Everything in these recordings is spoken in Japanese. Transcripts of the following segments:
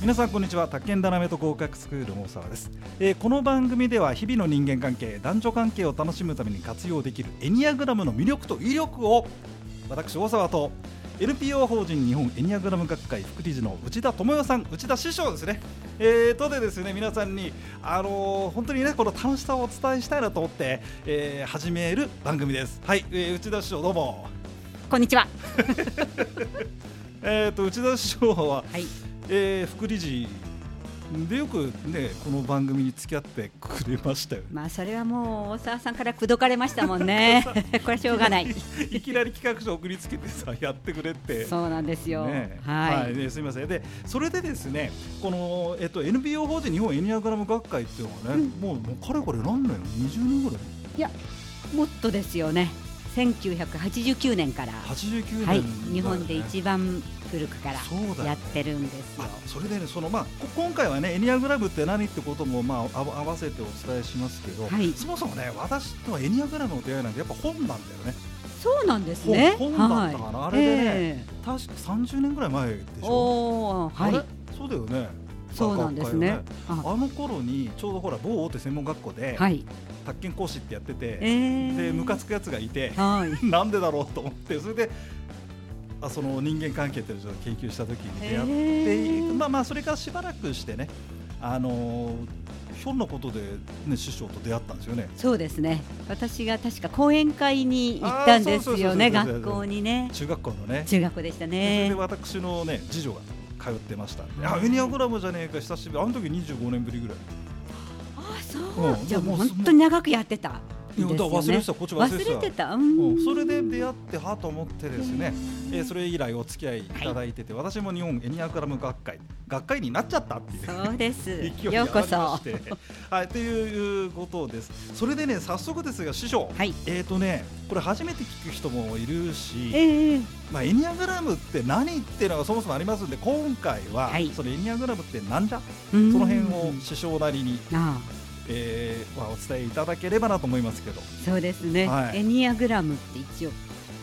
皆さんこんにちは宅建ダナメと合格スクールの大沢です、えー、この番組では日々の人間関係男女関係を楽しむために活用できるエニアグラムの魅力と威力を私大沢と NPO 法人日本エニアグラム学会副理事の内田智代さん内田師匠ですね、えー、とでですね皆さんに、あのー、本当にねこの楽しさをお伝えしたいなと思って、えー、始める番組ですはい、えー、内田師匠どうもこんにちはえと内田師匠は、はいえー、副理事でよくねこの番組に付き合ってくれましたよ、ね、まあそれはもう大沢さんから口説かれましたもん ねこれしょうがないいきなり企画書送りつけてさやってくれってそうなんですよ、ね、はい、はい、ね、すみませんでそれでですねこのえっと NPO 法人日本エニアグラム学会っていうのはね、うん、もうもうかれこれ何年20年ぐらいいやもっとですよね1989年から89年、はい、日本で一番古くからやってるんですよ。そ、ね,、れでねその、まあ、今回はねエニアグラムって何ってことも、まあ、あ合わせてお伝えしますけど、はい、そもそもね私とエニアグラムの出会いなんてやっぱ本なんだよね。そうなんですね本だったかな、はい、あれでね、えー、確か30年ぐらい前でしょ。はい、そうだよねそうなんですね。ねあの頃にちょうどほら某大手専門学校で、はい、宅建講師ってやってて、えー、でムカつくやつがいて、はい、なんでだろうと思ってそれで。あその人間関係っていうのを研究した時に出会って、えー、まあまあそれからしばらくしてねあのー、ひょんなことで、ね、師匠と出会ったんですよね。そうですね。私が確か講演会に行ったんですよね。学校にね。中学校のね。中学校でしたね。それで私のね次女が通ってましたあエニアグラムじゃねえか久しぶりあの時25年ぶりぐらいあそう、うん、じゃあもう本当に長くやってたいやだ忘れてたこっち忘れてたそれで出会ってはと思ってですね、えー、それ以来お付き合いいただいてて、私も日本エニアグラム学会学会になっちゃったっていう そうですようこそはいということですそれでね早速ですが師匠、えっ、とねこれ初めて聞く人もいるし、まあエニアグラムって何っていうのがそもそもありますんで今回は、そのエニアグラムってなんじゃその辺を師匠なりにああえーまあ、お伝えいただければなと思いますけどそうですね、はい、エニアグラムって一応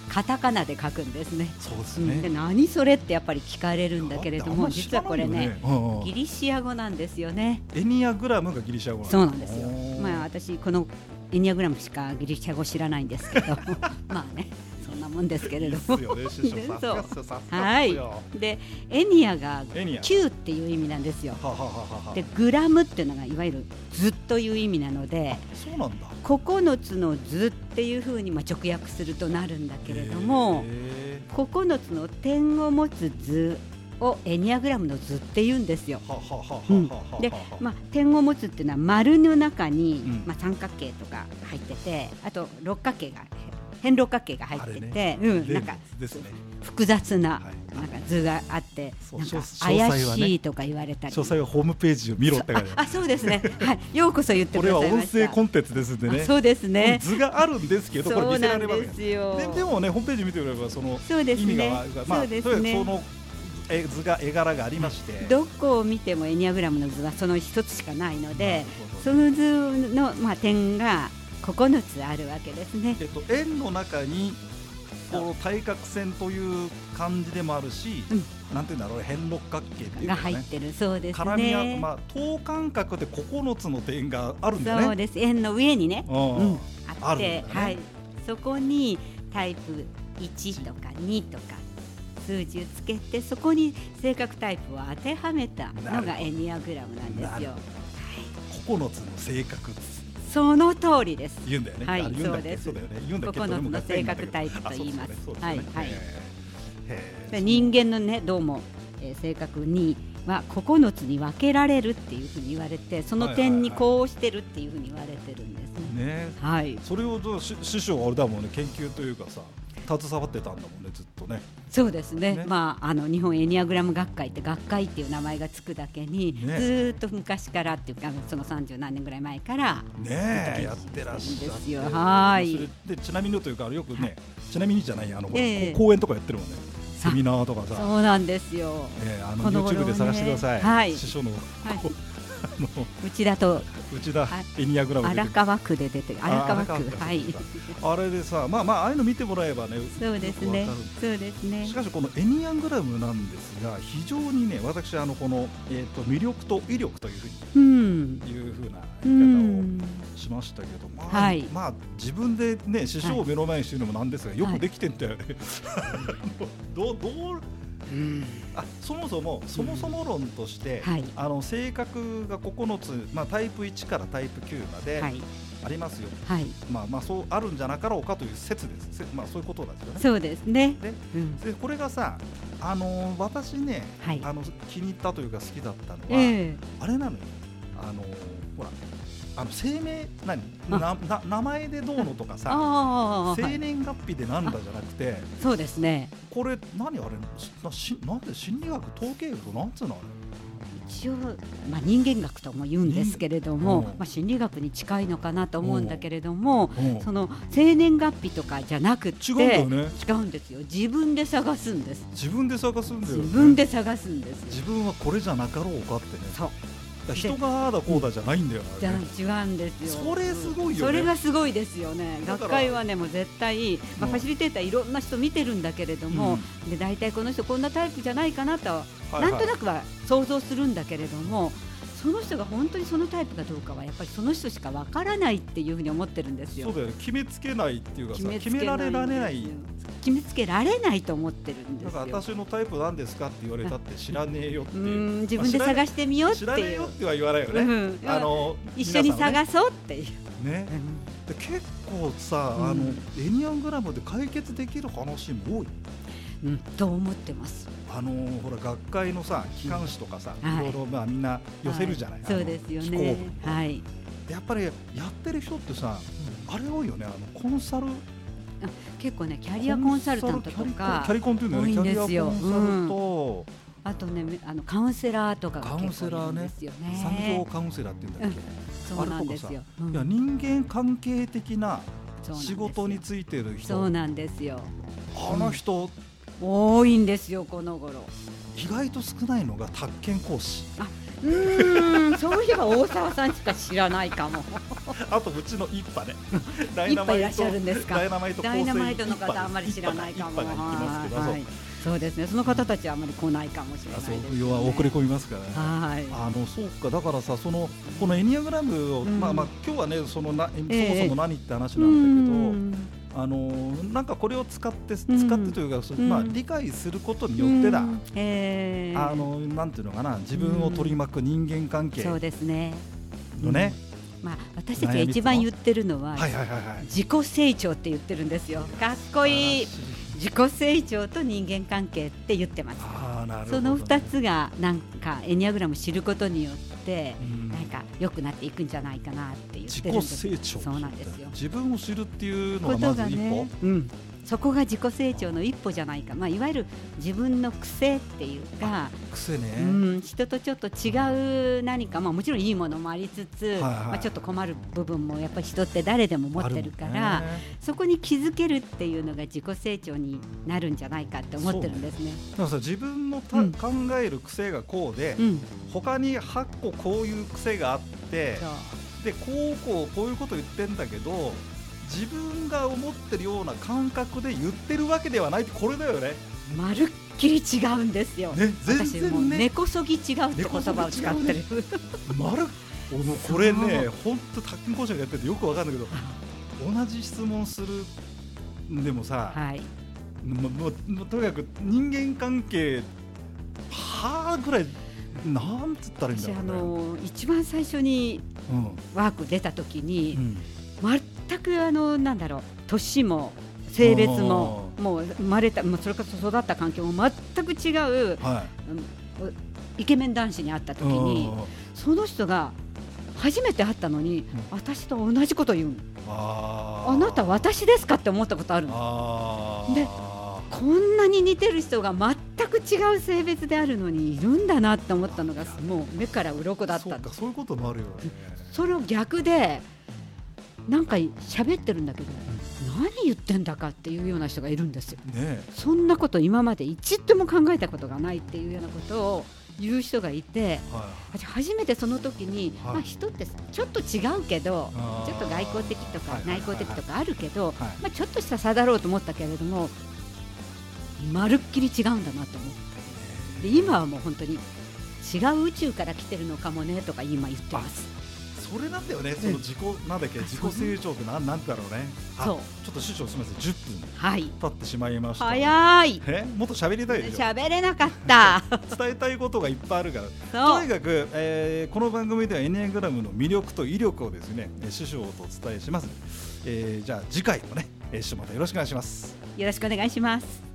カタカナで書くんですねそうですね、うん、何それってやっぱり聞かれるんだけれども、ね、実はこれね、うんうん、ギリシア語なんですよねエニアグラムがギリシア語そうなんですよまあ私このエニアグラムしかギリシア語知らないんです けどまあね そんなもんですけれどもはいでエニアが9っていう意味なんですよでグラムっていうのがいわゆる図という意味なのでそうなんだ9つの図っていうふうにまあ直訳するとなるんだけれども9つの点を持つ図をエニアグラムの図って言うんですよ。で、まあ、点を持つっていうのは丸の中に、うん、まあ、三角形とか入っててあと六角形が変六角形が入ってて、ねうん、なんか、ね、複雑な、なんか図があって、なんか怪しいとか言われたり、詳細はホームページを見ろってあ、そうですね。はい、ようこそ言ってください音声コンテンツですんでね。そうですね。図があるんですけど、これ見せられますででもね、ホームページ見てくればそのそうですね。まあ、そうですね。絵図が絵柄がありまして、どこを見てもエニアグラムの図はその一つしかないので、その図のまあ点が9つあるわけですね。えっと、円の中にこの対角線という感じでもあるし、うん、なんていうんだろう変六角形、ね、が入ってるそうです、ね、絡み合まあ等間隔で9つの点があるんだね。そうです円の上にね、うん、あって、ね、はいそこにタイプ1とか2とか。数字をつけてそこに性格タイプを当てはめたのがエニアグラムなんですよ。 9つの性格その通りです。言うんだよね。。はい、そうです九つの性格タイプと言います。はい、はい。人間のね、どうも、えー、性格には九つに分けられるっていうふうに言われて、その点にこうしてるっていうふうに言われてるんですね。ね。はい。それをどうし師匠あれだもんね、研究というかさ。携わってたんだもんねずっとね。そうですね。ねまああの日本エニアグラム学会って学会っていう名前がつくだけに、ね、ずっと昔からっていうかその三十何年ぐらい前からねやってらっしゃるんですよ。はい。でちなみにというかよくね、はい、ちなみにじゃないあの、えー、講演とかやってるもんね。セミナーとかさ。そうなんですよ。えー、あの YouTube で探してください。 はい。師匠の、はい内田と内田エニアグラム出てく荒る川区で出てる荒川あ荒区川区はいあれでさまあまあああいうの見てもらえばねそうですよねくわかるんだそうですねしかしこのエニアグラムなんですが非常にね私あのこの、えー、と魅力と威力というふううんにいうふうなう言い方をんしましたけど、まあはいまあ、自分で、ね、師匠を目の前にしてるのもなんですが、よくできてんだよね。 どうどうあそもそもそもそも論として、はいあの性格が9つ、まあ、タイプ1からタイプ9まではいありますよ、はいまあまあ、そうあるんじゃなかろうかという説です、せまあ、そういうことなんですよね。そうですねでうんでこれがさ、あのー私ね、はいあの気に入ったというか好きだったのは、ええあれなのよ、あのーほらあの生命何あなな名前でどうのとかさああ生年月日でなんだじゃなくてそうですねこれ何あれしなしなんで心理学統計学なんつうのあ一応、まあ、人間学とも言うんですけれども、うんまあ、心理学に近いのかなと思うんだけれども、れ、うんその生年月日とかじゃなくて違うんだよね違うんですよ自分で探すんです自分で探すんだよ、自ね、分で探すんです自分はこれじゃなかろうかってねそうだから人がああだこうだじゃないんだよ、あじれゃねあ違うんですよそれすごいよねそれがすごいですよねだから学会はねもう絶対、まうあ、んファシリテーターいろんな人見てるんだけれども、で大体この人こんなタイプじゃないかなと、はいはいなんとなくは想像するんだけれどもその人が本当にそのタイプかどうかはやっぱりその人しかわからないっていうふうに思ってるんですそようだよね決めつけないっていうかさ決めつけらないれられない決めつけられないと思ってるんでだすかよら私のタイプなんですかって言われたって知らねえよってういーうん自分で探してみようって知らねえいようっては言わないよね、うんあの一緒に探そうっていう、すねで結構さ、あうのんエニアグラムで解決できる話も多いうん、と思ってますあのーほら学会のさ機関誌とかさ、うんはいい、ろいろまあみんな寄せるじゃない、はあのそうですよ機構ね部はいでやっぱりやってる人ってさあれ多いよねあのコンサル結構ねキャリアコンサルタントとかキャリコンキャリコンっていう多んだよねいんですキャリアよコンサルと、あとねめあのカウンセラーとかが結構いるんですよね産業カウンセラーっていうんだっけ、そうなんですようんいや人間関係的なそうなんです仕よ事についてるそう人なんですよあの人多いんですよこの頃意外と少ないのが宅建講師うーん そういえば大沢さんしか知らないかもあとうちの一派ね。ダいっぱいいらっしゃるんですかダイナマイトダイナマイトの方あんまり一知ら派なねいかも一派が行きますけど、はそういそうですねその方たちはあんまり来ないかもしれあないでそすねう要は送り込みますからね。はいあのそうかだからさそのこのエニアグラムを、うんまあまあ今日はねそのなそもえそえも何って話うなんだんけど、あのなんかこれを使って使んってというか、そうんまあ理解することによってだ。うんええあのなんていうのかな自分を取り巻く人間関係そうですねのね、まあ私たちが一番言ってるのははいはいはいはい自己成長って言ってるんですよかっこいい素晴らし自己成長と人間関係って言ってますあーなるほどその2つがなんかエニアグラム知ることによってうんなんか良くなっていくんじゃないかなって言って自るんで己す成長そうなんですよ自分を知るっていうのこがまとずが一歩ね、うん、そこが自己成長の一歩じゃないか、まあ、いわゆる自分の癖っていうか、癖ね、うん、人とちょっと違う何か、まあ、もちろんいいものもありつつ、いまあ、ちょっと困る部分もやっぱり人って誰でも持ってるからあもんねそこに気づけるっていうのが自己成長になるんじゃないかって思ってるんですね。だからさ自分のた、うん考える癖がこうで、うん、他に8個こういう癖があってそうでこうこうこういうこと言ってんだけど自分が思ってるような感覚で言ってるわけではないってこれだよねまるっきり違うんですよ。ね全私もう然ね根こそぎ違うって言葉を使ってる。まる俺もこれね本当卓球講師がやっててよくわかんないけど同じ質問するんでもさ、はい、もうもうもうとにかく人間関係はあぐらいなんつったらいいんだ私ろあうね。の一番最初にワーク出た時にう、ん全くあのなんだろう年も性別もあもう生まれたもうそれこそ育った環境も全く違ううん、はイケメン男子に会ったい。時にその人が初めて会ったのに、う私と同じこと言うのあーあなた。私ですかって思ったことあるのあーでこんなに似てる人が全く違う性別であるのにいるんだなって思ったのがもう目から鱗だっそたうかそういうこともあるよね。それを逆でなんか喋ってるんだけど何言ってんだかっていうような人がいるんですよねそんなこと今まで一度も考えたことがないっていうようなことを言う人がいて、は私初めてその時に、はいまあ、人ってちょっと違うけどあーちょっと外交的とかはいはいはい内はい向的とかあるけど、はいまあ、ちょっとした差だろうと思ったけれどもまるっきり違うんだなと思ってで今はもう本当に違う宇宙から来てるのかもねとか今言ってます。い、それなんだよね、その自己、なんだっけ、あ自そう己成長ってなん、なんだろうね。あそうちょっと師匠、すみません、十分はい経ってしまいました。早いえ、もっと喋りたいでしょ喋れなかった 伝えたいことがいっぱいあるから。そとにうかく、えーこの番組ではエネグラムの魅力と威力をですね、えー師匠とお伝えします、えーじゃあ次回もね、えー師匠またよろしくお願いしますよろしくお願いします